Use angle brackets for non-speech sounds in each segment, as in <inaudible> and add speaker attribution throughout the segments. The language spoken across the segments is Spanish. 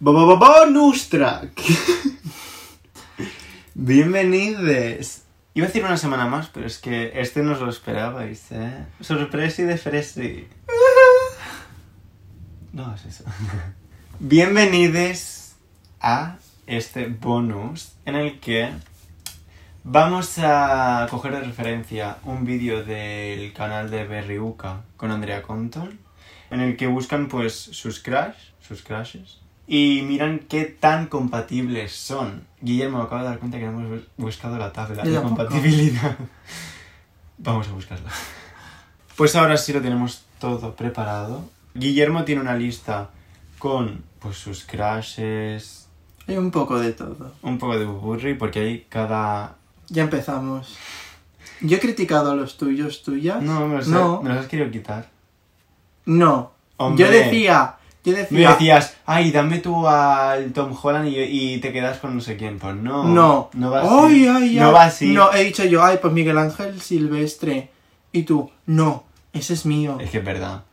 Speaker 1: Bo- bo- bo- Bonus
Speaker 2: <laughs>
Speaker 1: track.
Speaker 2: Bienvenidos. Iba a decir una semana más, pero es que este no os lo esperabais, ¿eh? Sorpresi de Fresi. No, es eso. <laughs> Bienvenidos a este bonus en el que vamos a coger de referencia un vídeo del canal de Berriuca con Andrea Compton en el que buscan pues sus crash, sus crashes y miran qué tan compatibles son. Guillermo acaba de dar cuenta que no hemos bu- buscado la tabla
Speaker 3: Yo
Speaker 2: de
Speaker 3: tampoco.
Speaker 2: compatibilidad. Vamos a buscarla. Pues ahora sí lo tenemos todo preparado. Guillermo tiene una lista con pues sus crashes,
Speaker 3: Hay un poco de todo.
Speaker 2: un poco de burri porque hay cada...
Speaker 3: Ya empezamos. Yo he criticado a los tuyos, tuyas.
Speaker 2: No, me los,
Speaker 3: No.
Speaker 2: me los has querido quitar.
Speaker 3: No.
Speaker 2: Hombre.
Speaker 3: Yo decía, yo
Speaker 2: Me
Speaker 3: decía,
Speaker 2: decías, ay, dame tú al Tom Holland y, y te quedas con no sé quién. Pues no.
Speaker 3: no.
Speaker 2: No va así.
Speaker 3: Ay, ay,
Speaker 2: no
Speaker 3: ay.
Speaker 2: va así.
Speaker 3: No, he dicho yo, ay, pues Miguel Ángel Silvestre. Y tú, no, ese es mío.
Speaker 2: Es que es verdad.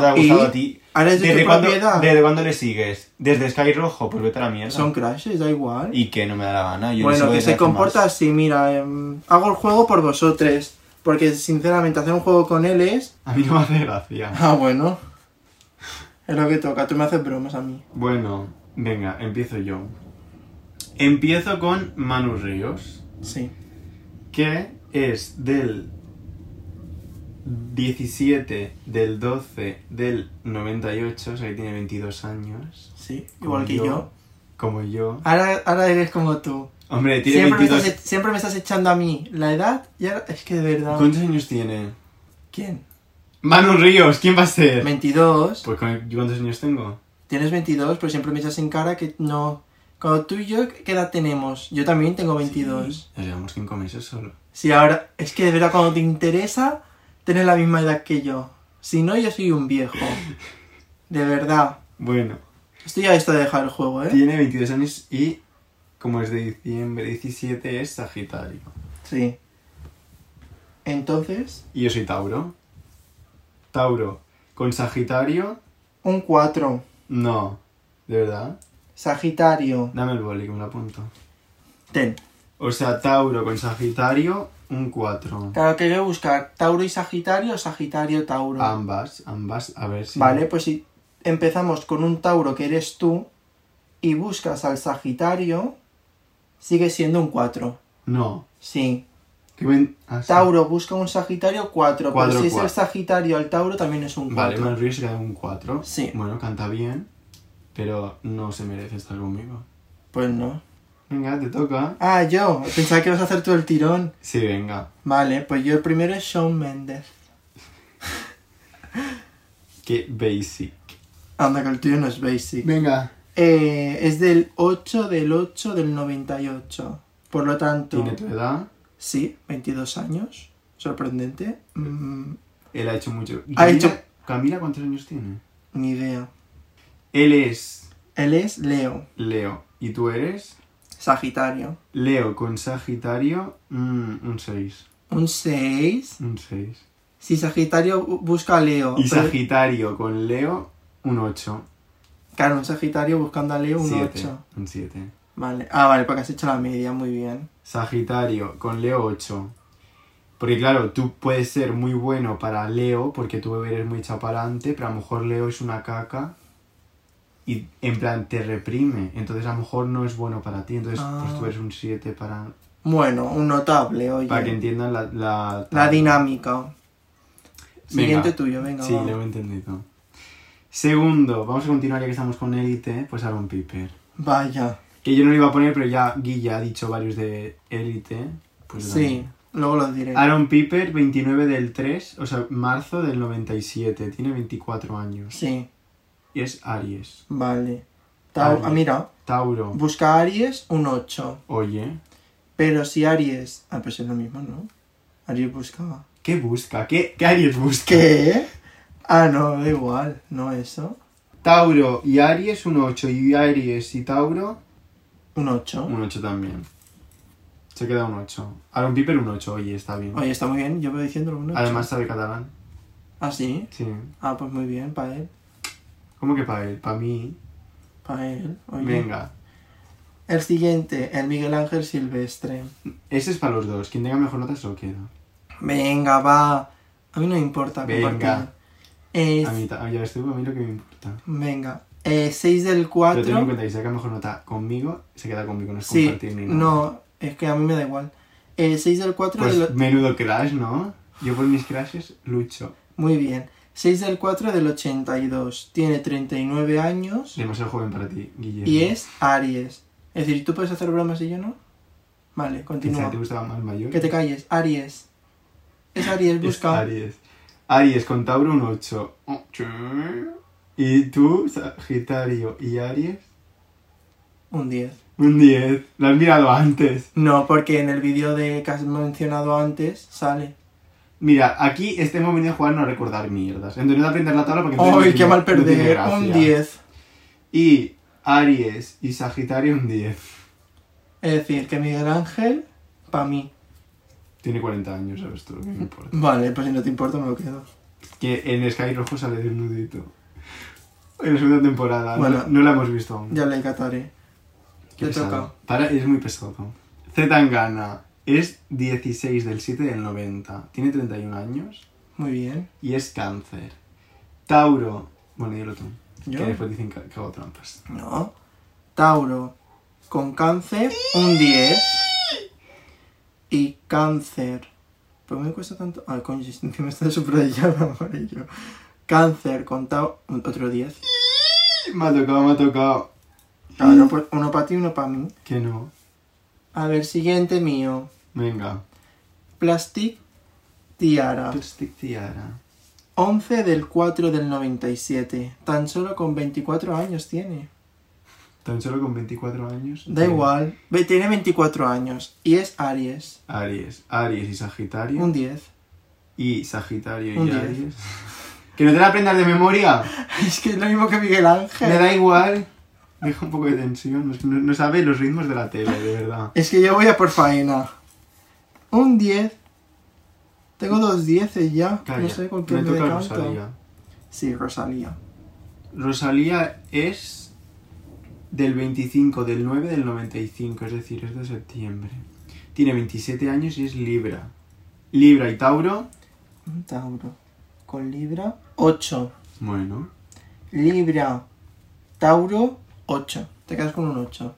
Speaker 2: ¿Cuándo te ha
Speaker 3: y
Speaker 2: gustado a ti?
Speaker 3: ahora es de
Speaker 2: ¿Desde
Speaker 3: tu
Speaker 2: cuándo,
Speaker 3: propiedad.
Speaker 2: ¿Desde cuándo le sigues? ¿Desde Sky Rojo? Pues vete a la mierda.
Speaker 3: Son crashes, da igual.
Speaker 2: Y que no me da la gana. Yo le
Speaker 3: bueno,
Speaker 2: sigo
Speaker 3: que
Speaker 2: desde
Speaker 3: se
Speaker 2: hace
Speaker 3: comporta
Speaker 2: más.
Speaker 3: así, mira, em, hago el juego por vosotros. Porque sinceramente hacer un juego con él es...
Speaker 2: A mí no me hace gracia.
Speaker 3: <laughs> Ah, bueno. Es lo que toca, tú me haces bromas a mí.
Speaker 2: Bueno, venga, empiezo yo. Empiezo con Manu Ríos.
Speaker 3: Sí.
Speaker 2: que es del 17 del 12 del 98, o sea que tiene 22 años.
Speaker 3: Sí,
Speaker 2: como
Speaker 3: igual que yo.
Speaker 2: Como yo.
Speaker 3: Ahora, ahora eres como tú.
Speaker 2: Hombre, tiene
Speaker 3: Siempre me,
Speaker 2: 22...
Speaker 3: estás, e- siempre me estás echando a mí la edad y ahora es que de verdad.
Speaker 2: ¿Cuántos años tiene?
Speaker 3: ¿Quién?
Speaker 2: Manu Ríos, ¿quién va a ser?
Speaker 3: 22.
Speaker 2: Pues ¿cu- ¿yo cuántos años tengo?
Speaker 3: Tienes 22, pero siempre me echas en cara que no. Cuando tú y yo, ¿qué edad tenemos? Yo también tengo 22.
Speaker 2: Sí, nos llevamos 5 meses solo.
Speaker 3: Si ahora. Es que de verdad, cuando te interesa, tienes la misma edad que yo. Si no, yo soy un
Speaker 2: <laughs>
Speaker 3: viejo. De verdad.
Speaker 2: Bueno,
Speaker 3: Estoy a esto de dejar el juego, ¿eh?
Speaker 2: tiene 22 años y como es de diciembre 17 es Sagitario.
Speaker 3: Sí. Entonces,
Speaker 2: Y yo soy Tauro. Tauro, con Sagitario,
Speaker 3: un 4.
Speaker 2: no. ¿De verdad?
Speaker 3: Sagitario.
Speaker 2: Dame el boli, que me lo apunto.
Speaker 3: Ten.
Speaker 2: O sea, Tauro con Sagitario, un 4.
Speaker 3: Claro que voy a buscar Tauro y Sagitario o Sagitario Tauro.
Speaker 2: Ambas, ambas, a ver si...
Speaker 3: Vale, pues si empezamos con un Tauro que eres tú y buscas al Sagitario, sigue siendo un 4.
Speaker 2: No.
Speaker 3: Sí.
Speaker 2: Que ven- ah, sí.
Speaker 3: Tauro busca un Sagitario 4, pero
Speaker 2: Cuatro,
Speaker 3: si es
Speaker 2: cuatro.
Speaker 3: el Sagitario al Tauro también es un 4.
Speaker 2: Vale, Manuel Ríos se queda en un 4.
Speaker 3: Sí.
Speaker 2: Bueno, canta bien, pero no se merece estar conmigo.
Speaker 3: Pues no.
Speaker 2: Venga, te toca.
Speaker 3: Ah, yo. Pensaba que ibas a hacer tú el tirón.
Speaker 2: Sí, venga.
Speaker 3: Vale, pues yo el primero es Shawn Mendes.
Speaker 2: Qué basic.
Speaker 3: Anda, que el tuyo no es basic.
Speaker 2: Venga.
Speaker 3: Eh, es del 8 del 8 del 98. Por lo tanto...
Speaker 2: Tiene tu edad.
Speaker 3: Sí, 22 años. Sorprendente. Mm,
Speaker 2: Él ha hecho mucho.
Speaker 3: Ha
Speaker 2: Camila-
Speaker 3: hecho-
Speaker 2: Camila, ¿cuántos años tiene?
Speaker 3: ni idea.
Speaker 2: Él es
Speaker 3: Él es Leo,
Speaker 2: Leo. ¿Y tú eres?
Speaker 3: Sagitario.
Speaker 2: Leo con Sagitario, mm, un 6.
Speaker 3: Un 6.
Speaker 2: Un 6.
Speaker 3: Si Sagitario bu- busca a Leo.
Speaker 2: Y
Speaker 3: pero-
Speaker 2: Sagitario con Leo, un 8.
Speaker 3: Claro, un Sagitario buscando a Leo, un 8.
Speaker 2: Un 7.
Speaker 3: Vale. Ah, vale, porque has hecho la media, muy bien.
Speaker 2: Sagitario con Leo, 8. Porque claro, tú puedes ser muy bueno para Leo porque tú eres muy chapalante, pero a lo mejor Leo es una caca y en plan te reprime. Entonces a lo mejor no es bueno para ti. Entonces
Speaker 3: Ah.
Speaker 2: pues tú eres un 7 para,
Speaker 3: Bueno, un notable, oye.
Speaker 2: para que entiendan la... La,
Speaker 3: La dinámica. Siguiente tuyo, venga.
Speaker 2: Sí,
Speaker 3: vamos.
Speaker 2: lo he entendido. Segundo, vamos a continuar ya que estamos con Elite, pues Aaron Piper.
Speaker 3: Vaya.
Speaker 2: Que yo no lo iba a poner, pero ya Guilla ha dicho varios de élite. Pues
Speaker 3: Sí, luego lo diré.
Speaker 2: dale. Aaron Piper, 29 del 3, o sea, marzo del 97. Tiene 24 años.
Speaker 3: Sí,
Speaker 2: Y es Aries.
Speaker 3: vale. Tau-
Speaker 2: Aries.
Speaker 3: ah, mira,
Speaker 2: Tauro.
Speaker 3: busca a Aries, un 8.
Speaker 2: Oye,
Speaker 3: Pero si Aries. Ah, pues es lo mismo, ¿no? Aries buscaba.
Speaker 2: ¿qué busca? ¿Qué, qué Aries busca?
Speaker 3: ¿Qué? Ah, no, da igual, no eso.
Speaker 2: Tauro y Aries, un 8. Y Aries y Tauro,
Speaker 3: Un 8.
Speaker 2: un 8 también. Se queda un 8. Aaron Piper, un 8. Oye, está bien.
Speaker 3: Oye, está muy bien, yo voy diciéndolo un 8.
Speaker 2: Además sabe catalán.
Speaker 3: ¿Ah, sí?
Speaker 2: Sí.
Speaker 3: Ah, pues muy bien, para él.
Speaker 2: ¿Cómo que para él? Para mí.
Speaker 3: Para él. oye.
Speaker 2: Venga.
Speaker 3: El siguiente, el Miguel Ángel Silvestre.
Speaker 2: Ese es para los dos. Quien tenga mejor nota se lo queda.
Speaker 3: Venga, va. A mí no me importa
Speaker 2: Venga.
Speaker 3: compartir. Eh,
Speaker 2: A mí, ta- ya estoy, a mí lo que me importa.
Speaker 3: venga. Eh, 6 del
Speaker 2: Pero ten en
Speaker 3: 4.
Speaker 2: cuenta que si saca mejor nota conmigo, se queda conmigo, no es
Speaker 3: Sí,
Speaker 2: compartir ni nada.
Speaker 3: no, es que a mí me da igual. Eh, 6 del 4
Speaker 2: Pues
Speaker 3: de lo-
Speaker 2: menudo crash, ¿no? Yo por mis crashes lucho.
Speaker 3: Muy bien. 6 del 4 del 82. Tiene 39 años
Speaker 2: Demasiado joven para ti, Guillermo.
Speaker 3: y es Aries. Es decir, ¿tú puedes hacer bromas y yo no? Vale,
Speaker 2: Quizá
Speaker 3: continúa.
Speaker 2: te gustaba más mayor.
Speaker 3: Que te calles. Aries. Es Aries,
Speaker 2: Es
Speaker 3: busca.
Speaker 2: Aries. Aries con Tauro un 8. Y tú, Sagitario y Aries,
Speaker 3: Un 10.
Speaker 2: un 10. Lo has mirado antes.
Speaker 3: No, porque en el vídeo de que has mencionado antes sale.
Speaker 2: Mira, aquí este momento de jugar no a recordar mierdas. Entonces no te aprendes la tabla porque entonces no
Speaker 3: ¡Ay,
Speaker 2: tiene-
Speaker 3: qué mal
Speaker 2: no tiene
Speaker 3: perder!
Speaker 2: gracia.
Speaker 3: un 10.
Speaker 2: Y Aries y Sagitario un 10.
Speaker 3: Es decir, que Miguel Ángel, para mí.
Speaker 2: Tiene 40 años, ¿sabes tú? lo que me importa?
Speaker 3: Vale, pues si no te importa me lo quedo.
Speaker 2: Que en Sky Rojo sale desnudito. En la segunda temporada.
Speaker 3: Bueno.
Speaker 2: no, no la hemos visto aún.
Speaker 3: Ya le cataré.
Speaker 2: Qué
Speaker 3: Te
Speaker 2: pesado.
Speaker 3: toca.
Speaker 2: Para, es muy pesado. Z Tangana es 16 del 7 del 90. Tiene 31 años
Speaker 3: Muy bien.
Speaker 2: y es cáncer. Tauro. Bueno, dilo tú.
Speaker 3: ¿Yo?
Speaker 2: Que después dicen que, que hago trampas.
Speaker 3: No. Tauro con cáncer, un 10. Y cáncer. ¿Por qué me cuesta tanto? Ay, coño, si encima está <laughs> subrayado amarillo. Cáncer con Tauro. Otro 10.
Speaker 2: Me ha tocado, me ha tocado.
Speaker 3: Claro, pues uno para ti, uno para mí.
Speaker 2: Que no.
Speaker 3: A ver, siguiente mío.
Speaker 2: Venga.
Speaker 3: Plastic Tiara.
Speaker 2: Plastic Tiara.
Speaker 3: 11 del 4 del 97. Tan solo con 24 años tiene.
Speaker 2: Tan solo con 24 años.
Speaker 3: Da
Speaker 2: Sí.
Speaker 3: igual. Ve- Tiene 24 años. Y es Aries.
Speaker 2: Aries. Aries y Sagitario.
Speaker 3: Un 10.
Speaker 2: Y Sagitario
Speaker 3: Un
Speaker 2: y
Speaker 3: diez.
Speaker 2: Aries. <laughs> Que no te la aprendas de memoria.
Speaker 3: <laughs> Es que es lo mismo que Miguel
Speaker 2: Me
Speaker 3: Ángel.
Speaker 2: da igual. Deja un poco de tensión. No, no sabe los ritmos de la tele, de verdad.
Speaker 3: Es que yo voy a por faena. Un 10. Tengo dos 10 ya.
Speaker 2: Calla,
Speaker 3: No sé con qué
Speaker 2: me
Speaker 3: me,
Speaker 2: toca
Speaker 3: decanto.
Speaker 2: Rosalía.
Speaker 3: Sí, Rosalía.
Speaker 2: Rosalía es del 25, del 9, del 95, es decir, es de septiembre. Tiene 27 años y es Libra. Libra y Tauro,
Speaker 3: Un Tauro. Con Libra. 8.
Speaker 2: bueno.
Speaker 3: Libra. Tauro. 8. Te quedas con un 8.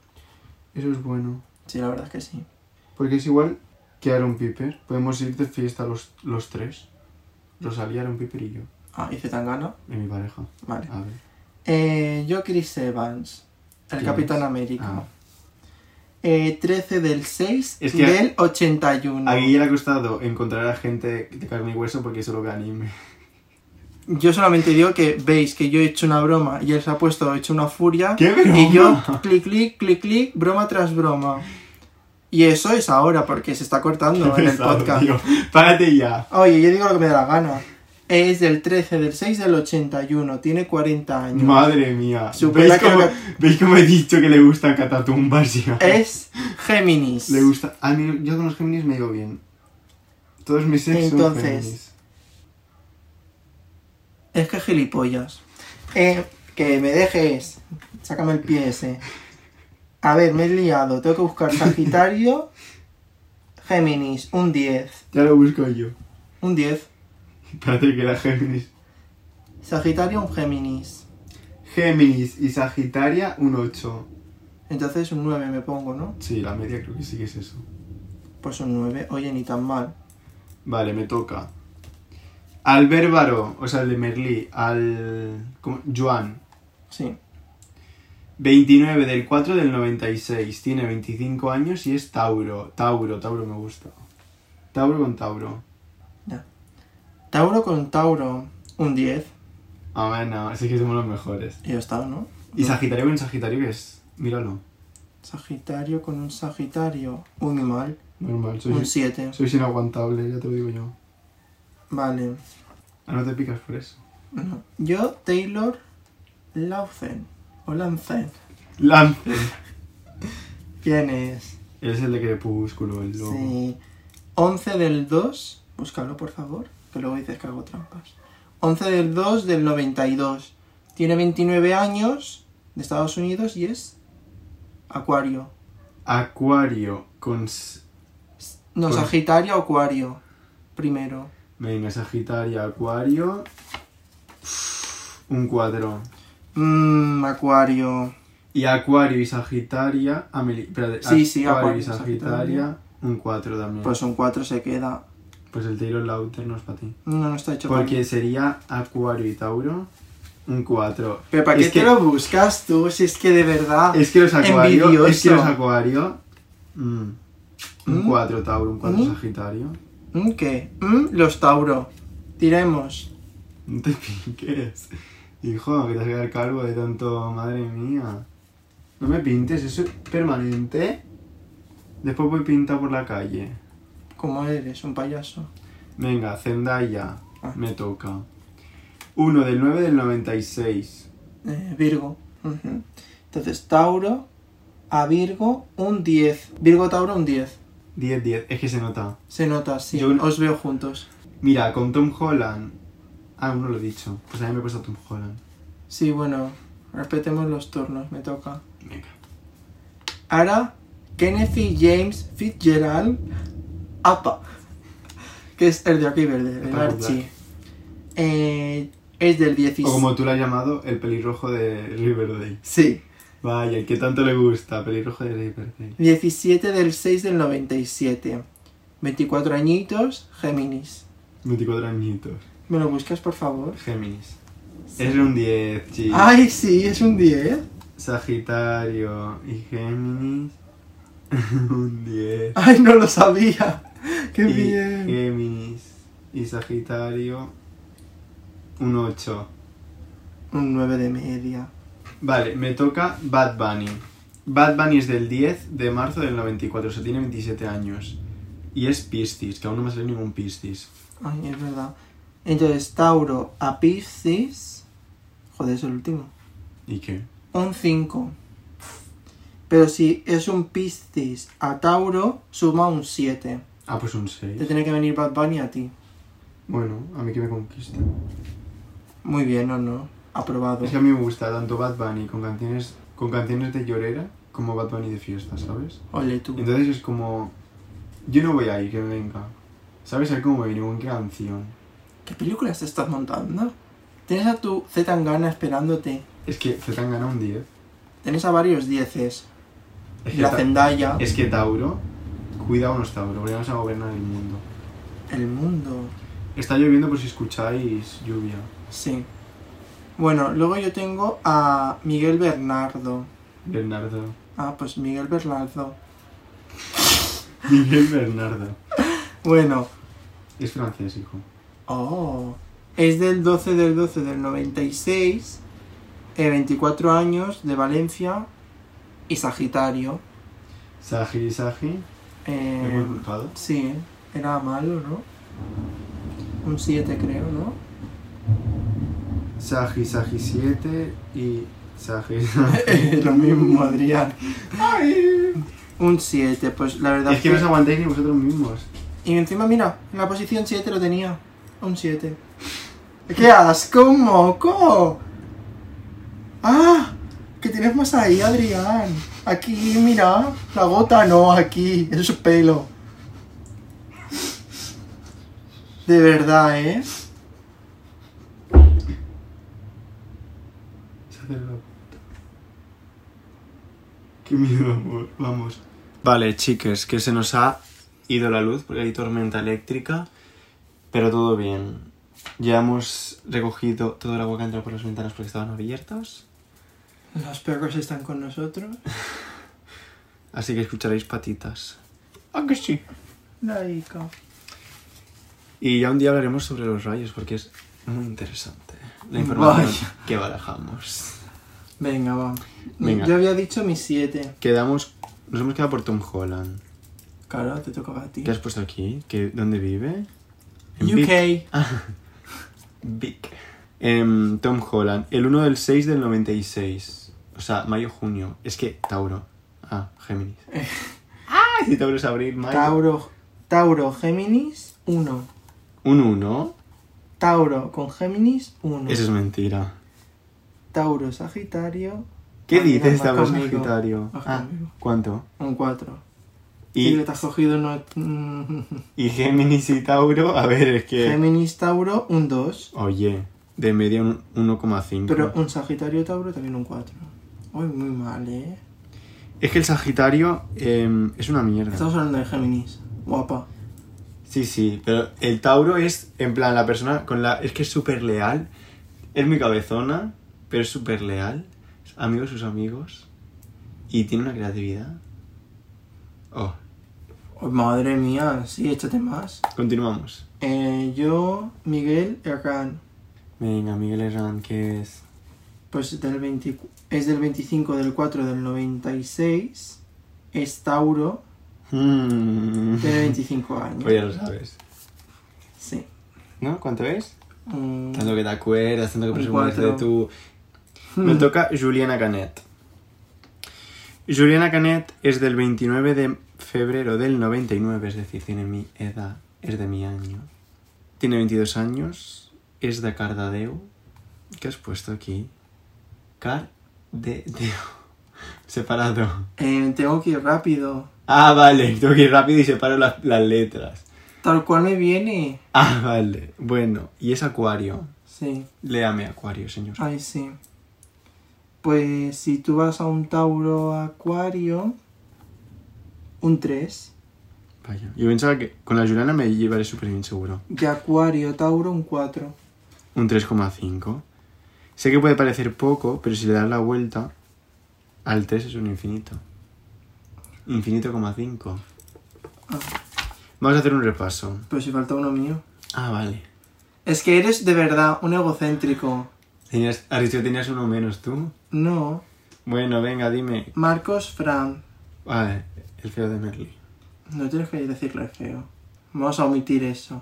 Speaker 2: Eso es bueno.
Speaker 3: Sí, la verdad es que sí.
Speaker 2: Porque es igual que Aaron Piper. Podemos ir de fiesta los, los tres. Rosalía, Aaron Piper y yo.
Speaker 3: Ah, y Zetangana.
Speaker 2: Y mi pareja.
Speaker 3: Vale.
Speaker 2: A ver.
Speaker 3: Eh, yo Chris Evans, el
Speaker 2: ¿Quién
Speaker 3: Capitán
Speaker 2: es?
Speaker 3: América.
Speaker 2: Ah.
Speaker 3: Eh, 13 del 6
Speaker 2: Es que-
Speaker 3: del 81.
Speaker 2: A Guille le ha costado encontrar a gente de carne y hueso porque solo ve anime.
Speaker 3: Yo solamente digo que veis que yo he hecho una broma y él se ha puesto, he hecho una furia.
Speaker 2: ¡Qué broma!
Speaker 3: Y yo, clic, clic, clic, clic, broma tras broma. Y eso es ahora, porque se está cortando
Speaker 2: <laughs>
Speaker 3: en el
Speaker 2: Pesado,
Speaker 3: podcast.
Speaker 2: tío. Párate ya.
Speaker 3: Oye, yo digo lo que me da la gana. Es del 13 del 6 del 81, tiene 40 años.
Speaker 2: Madre mía.
Speaker 3: Supera
Speaker 2: ¿Veis
Speaker 3: que
Speaker 2: cómo,
Speaker 3: lo que-
Speaker 2: veis cómo he dicho que le gustan catatumbas ya?
Speaker 3: Es Géminis.
Speaker 2: Le gusta. A mí, yo con los Géminis me llevo bien. Todos mis ex
Speaker 3: Entonces-
Speaker 2: son Géminis.
Speaker 3: Es que gilipollas. Eh, que me dejes. Sácame el pie ese. A ver, me he liado. Tengo que buscar Sagitario. Géminis, un 10.
Speaker 2: Ya lo busco yo. <laughs>
Speaker 3: Un 10.
Speaker 2: Espérate que era Géminis.
Speaker 3: Sagitario, un Géminis.
Speaker 2: Géminis y Sagitaria, un 8.
Speaker 3: Entonces un 9 me pongo, ¿no?
Speaker 2: Sí, la media creo que sí que es eso.
Speaker 3: Pues un 9. Oye, ni tan mal.
Speaker 2: Vale, me toca. Al Bárbaro, o sea, el de Merlí, al. ¿cómo? Joan.
Speaker 3: Sí.
Speaker 2: 29 del 4 del 96. Tiene 25 años y es Tauro. Tauro, Tauro me gusta. Tauro con Tauro.
Speaker 3: Tauro con Tauro, un 10.
Speaker 2: Ah, bueno, así que somos los mejores.
Speaker 3: Y ya está, ¿no?
Speaker 2: Y Sagitario con Sagitario, que es? Míralo.
Speaker 3: Sagitario con un Sagitario. Uy, muy mal.
Speaker 2: Normal,
Speaker 3: Un 7.
Speaker 2: sois inaguantable, ya te lo digo yo.
Speaker 3: Vale.
Speaker 2: Ah, no te picas por eso.
Speaker 3: No. Yo, Taylor Laufen. O Lancen.
Speaker 2: Lance.
Speaker 3: ¿Quién es?
Speaker 2: es el de Crepúsculo, el lobo.
Speaker 3: Sí. 11 del 2. Búscalo, por favor, que luego dices que hago trampas. 11 del 2 del 92. Tiene 29 años, de Estados Unidos y es Acuario.
Speaker 2: Acuario con... s-
Speaker 3: No,
Speaker 2: Pues-
Speaker 3: Sagitario o Acuario. Primero.
Speaker 2: Venga, Sagitario, Acuario. Un 4.
Speaker 3: Mmm, Acuario.
Speaker 2: Y Acuario y Sagitaria... ah, me li- espérate,
Speaker 3: Sí, sí,
Speaker 2: Acuario y
Speaker 3: Acuario y
Speaker 2: Sagitaria. Un 4 también.
Speaker 3: Pues
Speaker 2: Pues,
Speaker 3: un 4 se queda.
Speaker 2: el Taylor Lauter no es para ti.
Speaker 3: No, no está hecho para mí.
Speaker 2: Porque sería Acuario y Tauro. Un 4.
Speaker 3: Pero ¿para qué
Speaker 2: es
Speaker 3: te
Speaker 2: que-
Speaker 3: lo buscas tú? Si es que de verdad.
Speaker 2: Es que los Acuario... Es que
Speaker 3: Envidioso.
Speaker 2: los Acuario... mm, un
Speaker 3: Mm.
Speaker 2: 4 Tauro, un 4
Speaker 3: Mm.
Speaker 2: Sagitario.
Speaker 3: Mm, ¿Qué? Mm, Los Tauro. Tiremos.
Speaker 2: No te <laughs> pinques. Hijo, que te vas a quedar calvo de tanto. Madre mía. No me pintes, eso es permanente. Después voy pinta por la calle.
Speaker 3: ¿Cómo eres? Un payaso.
Speaker 2: Venga, Zendaya.
Speaker 3: Ah.
Speaker 2: Me toca. 1 del 9 del 96.
Speaker 3: Eh, Virgo. Ujú. Entonces, Tauro a Virgo un 10. Virgo Tauro un 10.
Speaker 2: 10, 10. Es que se nota.
Speaker 3: Se nota, sí.
Speaker 2: Yo no-
Speaker 3: Os veo juntos.
Speaker 2: Mira, con Tom Holland. Ah, aún no lo he dicho. Pues a mí me cuesta Tom Holland.
Speaker 3: Sí, bueno. Respetemos los turnos, me toca.
Speaker 2: Venga.
Speaker 3: Ahora, Kenneth James Fitzgerald APA, que es el de aquí verde, el
Speaker 2: Espectacular.
Speaker 3: Archie. Eh, es del 16.
Speaker 2: O como tú lo has llamado, el pelirrojo de Riverdale.
Speaker 3: Sí,
Speaker 2: Vaya, que tanto le gusta, pelirrojo de Riverdale.
Speaker 3: 17 del 6 del 97. 24 añitos, Géminis.
Speaker 2: 24 añitos.
Speaker 3: ¿Me lo buscas, por favor?
Speaker 2: Géminis. Es un 10, chicos.
Speaker 3: ¡Ay, sí! Es un 10.
Speaker 2: Sagitario y Géminis. <laughs> un 10.
Speaker 3: ¡Ay, no lo sabía! <laughs> ¡Qué
Speaker 2: y
Speaker 3: bien!
Speaker 2: Géminis y Sagitario. Un 8.
Speaker 3: Un 9 de media.
Speaker 2: Vale, me toca Bad Bunny. Bad Bunny es del 10 de marzo del 94, o sea, tiene 27 años. Y es Piscis, que aún no me ha salido ningún Piscis.
Speaker 3: Ay, es verdad. Entonces, Tauro a Piscis. Joder, es el último.
Speaker 2: ¿Y qué?
Speaker 3: un 5. Pero si es un Piscis a Tauro, suma un 7.
Speaker 2: Ah, pues un
Speaker 3: Te
Speaker 2: 6.
Speaker 3: tiene que venir Bad Bunny a ti.
Speaker 2: Bueno, a mí que me conquista.
Speaker 3: Muy bien, ¿o no? Aprobado.
Speaker 2: Es que a mí me gusta tanto Bad Bunny con canciones, con canciones de llorera como Bad Bunny de fiesta, ¿sabes?
Speaker 3: Ole tú.
Speaker 2: Entonces es como. Yo no voy ahí, que venga. ¿Sabes a cómo me viene? ¿Con qué canción?
Speaker 3: ¿Qué películas te estás montando? Tienes a tu Z Tangana esperándote.
Speaker 2: Es que se te han ganado un 10.
Speaker 3: Tienes a varios dieces.
Speaker 2: Es que,
Speaker 3: La
Speaker 2: Ta-
Speaker 3: Zendaya.
Speaker 2: es que Tauro. Cuidado unos Tauro, porque vamos a gobernar el mundo.
Speaker 3: El mundo.
Speaker 2: Está lloviendo por si escucháis lluvia.
Speaker 3: Sí. Bueno, luego yo tengo a Miguel Bernardo.
Speaker 2: Bernardo. <laughs>
Speaker 3: Ah, pues Miguel Bernardo.
Speaker 2: Miguel Bernardo.
Speaker 3: Bueno,
Speaker 2: Es francés, hijo.
Speaker 3: Oh, es del 12 del 12 del 96, eh, 24 años, de Valencia y Sagitario.
Speaker 2: Saji, Saji.
Speaker 3: Eh,
Speaker 2: Me he culpado.
Speaker 3: sí, era malo, ¿no? Un 7 creo, ¿no?
Speaker 2: Saji, Saji 7 y. Saji.
Speaker 3: <laughs> Lo mismo, Adrián. Un 7, pues la verdad
Speaker 2: es que no os aguantáis ni vosotros mismos.
Speaker 3: Y encima, mira, en la posición 7 lo tenía. Un 7. ¡Qué asco, moco! ¡Ah! ¿Qué tienes más ahí, Adrián? Aquí, mira. La gota no, aquí. Eso es pelo. De verdad, ¿eh?
Speaker 2: Se hace la puta. Qué miedo, amor. Vamos. Vale, chiques, que se nos ha ido la luz porque hay tormenta eléctrica, pero todo bien. Ya hemos recogido todo el agua que entró por las ventanas porque estaban abiertas,
Speaker 3: Los perros están con nosotros.
Speaker 2: así que escucharéis patitas. Ah, que sí.
Speaker 3: Laica.
Speaker 2: Y ya un día hablaremos sobre los rayos porque es muy interesante la información
Speaker 3: Vaya.
Speaker 2: que barajamos.
Speaker 3: Venga, va.
Speaker 2: Venga.
Speaker 3: Yo había dicho mi 7.
Speaker 2: Quedamos, nos hemos quedado por Tom Holland.
Speaker 3: Claro, te tocaba a ti.
Speaker 2: ¿Qué has puesto aquí? ¿Qué, ¿Dónde vive? En Vic.
Speaker 3: UK.
Speaker 2: Big. Em, Tom Holland, el 1 del 6 del 96. O sea, mayo-junio. Es que Tauro. Ah, Géminis.
Speaker 3: <laughs>
Speaker 2: ah, si Tauro es abril, mayo.
Speaker 3: Tauro, Tauro, Géminis, 1.
Speaker 2: Un 1.
Speaker 3: Tauro con Géminis, 1.
Speaker 2: Eso es mentira.
Speaker 3: Tauro, Sagitario,
Speaker 2: ¿Qué
Speaker 3: Ah,
Speaker 2: dices?
Speaker 3: anda,
Speaker 2: Estabas en
Speaker 3: conmigo.
Speaker 2: Sagitario.
Speaker 3: Baja
Speaker 2: Ah,
Speaker 3: conmigo.
Speaker 2: ¿cuánto?
Speaker 3: Un 4. Y
Speaker 2: Y,
Speaker 3: le te has cogido no es- <laughs>
Speaker 2: y Géminis y Tauro, a ver, es que...
Speaker 3: Géminis Tauro, un 2.
Speaker 2: Oye, de media un 1,5.
Speaker 3: Pero un Sagitario Tauro también un 4. Uy, muy mal, ¿eh?
Speaker 2: Es que el Sagitario em, es una mierda.
Speaker 3: Estamos hablando de Géminis. Guapa.
Speaker 2: Sí, sí, pero el Tauro es, en plan, la persona con la... Es que es súper leal. Es muy cabezona, pero es súper leal. Es amigo de sus amigos. Y tiene una creatividad. Oh,
Speaker 3: Oh, madre mía, sí, échate más.
Speaker 2: continuamos.
Speaker 3: Eh, yo, Miguel Herrán.
Speaker 2: Venga, Miguel Herrán, ¿qué es?
Speaker 3: Pues del 20 es del 25 del 4 del 96. Es Tauro.
Speaker 2: Mm. <laughs>
Speaker 3: Tiene 25 años.
Speaker 2: Pues ya lo sabes.
Speaker 3: Sí.
Speaker 2: ¿No? ¿Cuánto es?
Speaker 3: Mm,
Speaker 2: Tanto que te acuerdas, tanto que
Speaker 3: Un
Speaker 2: presumiste de
Speaker 3: cuatro. Hmm.
Speaker 2: tu... Me toca Juliana Canet. Juliana Canet es del 29 de febrero del 99, es decir, tiene mi edad, es de mi año. Tiene 22 años, es de Cardedeu. ¿Qué has puesto aquí? Cardedeu. <laughs> Separado.
Speaker 3: eh, tengo que ir rápido.
Speaker 2: Ah, vale, <laughs> tengo que ir rápido y separo las, las letras.
Speaker 3: Tal cual me viene.
Speaker 2: Ah, vale. Bueno, y es Acuario.
Speaker 3: Sí.
Speaker 2: Léame Acuario, señor.
Speaker 3: Ay, sí. Pues si tú vas a un Tauro Acuario, un 3.
Speaker 2: Vaya. Yo pensaba que con la Juliana me llevaré súper bien seguro.
Speaker 3: De Acuario Tauro, un 4.
Speaker 2: un 3,5. Sé que puede parecer poco, pero si le das la vuelta, al 3 es un infinito. Infinito, coma 5.
Speaker 3: Ah.
Speaker 2: Vamos a hacer un repaso.
Speaker 3: Pero si falta uno mío.
Speaker 2: Ah, vale.
Speaker 3: Es que eres de verdad un egocéntrico.
Speaker 2: Tenías, has dicho que tenías uno menos tú.
Speaker 3: No.
Speaker 2: Bueno, venga, dime.
Speaker 3: Marcos Fran.
Speaker 2: Vale, el feo de Merlin.
Speaker 3: No tienes que decirle feo. Vamos a omitir eso.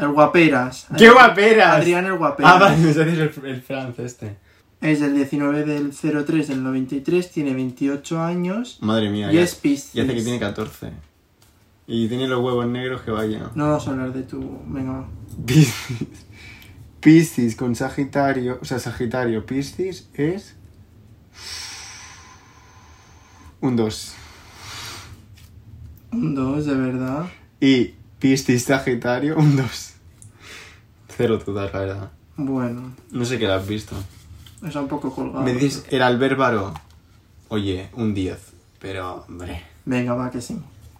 Speaker 3: El guaperas.
Speaker 2: ¡Qué guaperas!
Speaker 3: Adrián el guaperas.
Speaker 2: Ah, vale, me sale el, el Franz este.
Speaker 3: Es del 19 del 03 del 93, tiene 28 años
Speaker 2: Madre mía,
Speaker 3: y
Speaker 2: ya,
Speaker 3: es Piscis.
Speaker 2: ya hace que tiene 14. Y tiene los huevos negros que vaya.
Speaker 3: No vamos a hablar de tu... Venga, va.
Speaker 2: Piscis. <laughs> Piscis con Sagitario, o sea, Sagitario, Piscis es un 2.
Speaker 3: un 2, de verdad.
Speaker 2: Y Piscis Sagitario, un 2. Cero dudas, la verdad.
Speaker 3: Bueno,
Speaker 2: No sé qué la has visto.
Speaker 3: está un poco colgado.
Speaker 2: Me dices el albérbaro. Oye, un 10. Pero, hombre.
Speaker 3: Venga, va, que sí.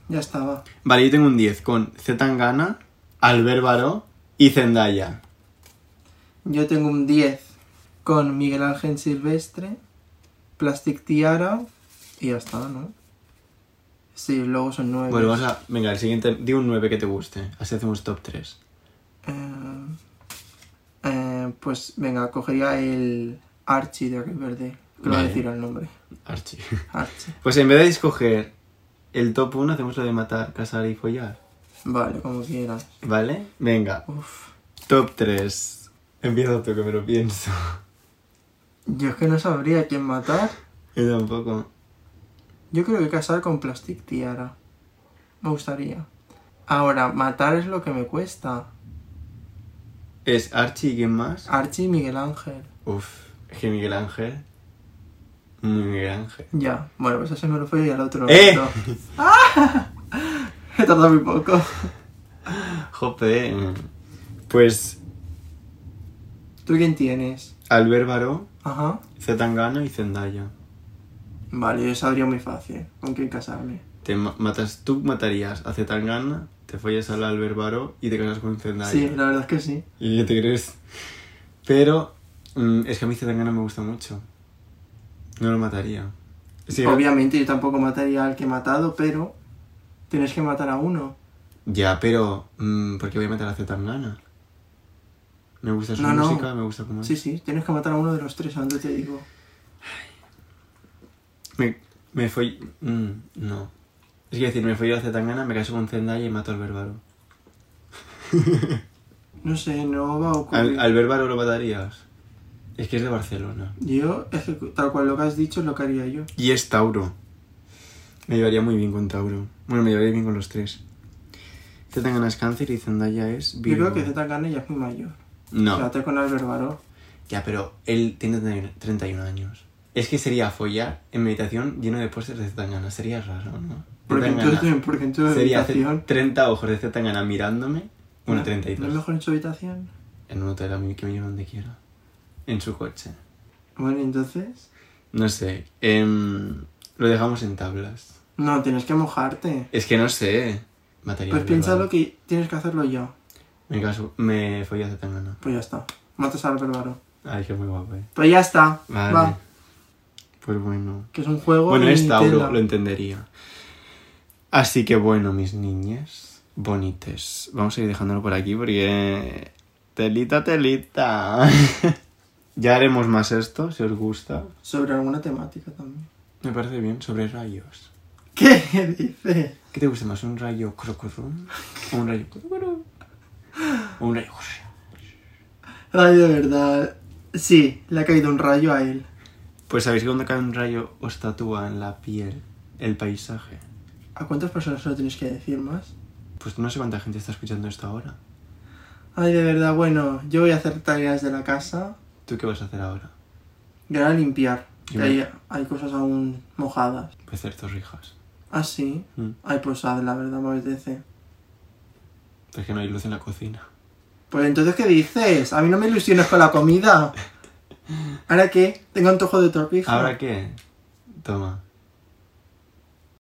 Speaker 3: Ya estaba.
Speaker 2: Vale, yo tengo un 10 con Zetangana, albérbaro y Zendaya.
Speaker 3: Yo tengo un 10 con Miguel Ángel Silvestre, Plastic Tiara y ya está, ¿no? Sí, luego son 9.
Speaker 2: Bueno, vamos a. Venga, el siguiente. Di un 9 que te guste. Así hacemos top 3.
Speaker 3: Eh, eh, pues venga, cogería el Archie de Riverdale. Que no voy a
Speaker 2: Vale.
Speaker 3: decir el nombre.
Speaker 2: Archie.
Speaker 3: Archie.
Speaker 2: Pues en vez de escoger el top 1, hacemos lo de matar, casar y follar.
Speaker 3: Vale, como quieras.
Speaker 2: ¿Vale? Venga,
Speaker 3: Uf.
Speaker 2: top 3. Empieza tú que me lo pienso. <laughs>
Speaker 3: Yo es que no sabría quién matar.
Speaker 2: Yo tampoco.
Speaker 3: Yo creo que casar con Plastic Tiara. Me gustaría. Ahora, matar es lo que me cuesta.
Speaker 2: ¿Es Archie y quién más?
Speaker 3: Archie y Miguel Ángel.
Speaker 2: Uf, es que Miguel Ángel. Muy Miguel Ángel.
Speaker 3: Ya, bueno, pues ese me lo fue y al otro. <laughs>
Speaker 2: ¡Eh!
Speaker 3: no. Ah. <laughs> He tardado muy poco.
Speaker 2: Jope. Pues
Speaker 3: ¿Tú quién tienes?
Speaker 2: Albert Baró,
Speaker 3: Ajá.
Speaker 2: Zetangana y Zendaya.
Speaker 3: Vale, yo sabría muy fácil con quién casarme.
Speaker 2: Te ma- matas, tú matarías a Zetangana, te follas al Albert Baró y te casas con Zendaya.
Speaker 3: Sí, la verdad es que sí.
Speaker 2: ¿Y qué te crees? Pero mm, es que a mí Zetangana me gusta mucho. No lo mataría. Sí,
Speaker 3: Obviamente yo tampoco mataría al que he matado, pero tienes que matar a uno.
Speaker 2: Ya, pero mm, ¿por qué voy a matar a Zetangana? Me gusta su
Speaker 3: No, no.
Speaker 2: música, me gusta cómo es.
Speaker 3: Sí, sí, tienes que matar a uno de los tres, antes te digo.
Speaker 2: Me, me fue... mm, no. Es que decir, me fui a Zetangana, me caso con Zendaya y mato al Bárbaro.
Speaker 3: No sé, no va a ocurrir.
Speaker 2: ¿Al, al Bárbaro lo matarías? Es que es de Barcelona.
Speaker 3: Yo, es que tal cual lo que has dicho es lo que haría yo.
Speaker 2: Y es Tauro. Me llevaría muy bien con Tauro. Bueno, me llevaría bien con los tres. Zetangana es cáncer y Zendaya es
Speaker 3: Yo
Speaker 2: Virgo.
Speaker 3: creo que Zetangana ya es muy mayor.
Speaker 2: No.
Speaker 3: Quédate con Albert Baró.
Speaker 2: Ya, pero él tiene 31 años. Es que sería follar en meditación lleno de pósters de Zetangana. Sería raro, ¿no?
Speaker 3: Porque
Speaker 2: Zetangana.
Speaker 3: entonces, porque entonces de
Speaker 2: Sería hacer
Speaker 3: habitación.
Speaker 2: 30 ojos de Zetangana mirándome. Bueno,
Speaker 3: ¿No es
Speaker 2: 33.
Speaker 3: mejor en su habitación?
Speaker 2: En un hotel a mí que me lleve donde quiera. En su coche.
Speaker 3: Bueno, ¿y entonces.
Speaker 2: No sé. em, lo dejamos en tablas.
Speaker 3: No, tienes que mojarte.
Speaker 2: Es que no sé. Mataría
Speaker 3: Pues
Speaker 2: al
Speaker 3: piensa
Speaker 2: bárbaro.
Speaker 3: lo que tienes que hacerlo ya.
Speaker 2: Me, caso, me follé a Zetangana.
Speaker 3: Pues ya está. Matas al bárbaro.
Speaker 2: Ay, que muy guapo, eh.
Speaker 3: Pues ya está.
Speaker 2: Vale.
Speaker 3: Va.
Speaker 2: Pues bueno.
Speaker 3: Que es un juego.
Speaker 2: Bueno,
Speaker 3: y
Speaker 2: es
Speaker 3: tela.
Speaker 2: Tauro, lo entendería. Así que bueno, mis niñas bonites. Vamos a ir dejándolo por aquí porque... Telita, telita. <laughs> ya haremos más esto, si os gusta.
Speaker 3: Sobre alguna temática también. <laughs>
Speaker 2: Me parece bien, sobre rayos.
Speaker 3: ¿Qué dices?
Speaker 2: ¿Qué te gusta más, un rayo crocorum o un rayo crocorum? O <laughs> un rayo...
Speaker 3: Ay, de verdad. Sí, le ha caído un rayo a él.
Speaker 2: Pues sabéis que cuando cae un rayo os tatúa en la piel el paisaje.
Speaker 3: ¿A cuántas personas se lo tienes que decir más?
Speaker 2: Pues no sé cuánta gente está escuchando esto ahora.
Speaker 3: Ay, de verdad, bueno, yo voy a hacer tareas de la casa
Speaker 2: ¿Tú qué vas a hacer ahora?
Speaker 3: y ahora limpiar.
Speaker 2: Y
Speaker 3: Que hay, hay cosas aún mojadas.
Speaker 2: Voy a hacer torrijas.
Speaker 3: Ah, sí.
Speaker 2: Mm.
Speaker 3: Ay, pues haz, la verdad, me apetece.
Speaker 2: Pero es que no hay luz en la cocina.
Speaker 3: Pues entonces, ¿qué dices? A mí no me ilusiones con la comida. ¿Ahora qué? Tengo antojo de tortija.
Speaker 2: ¿Ahora qué? Toma.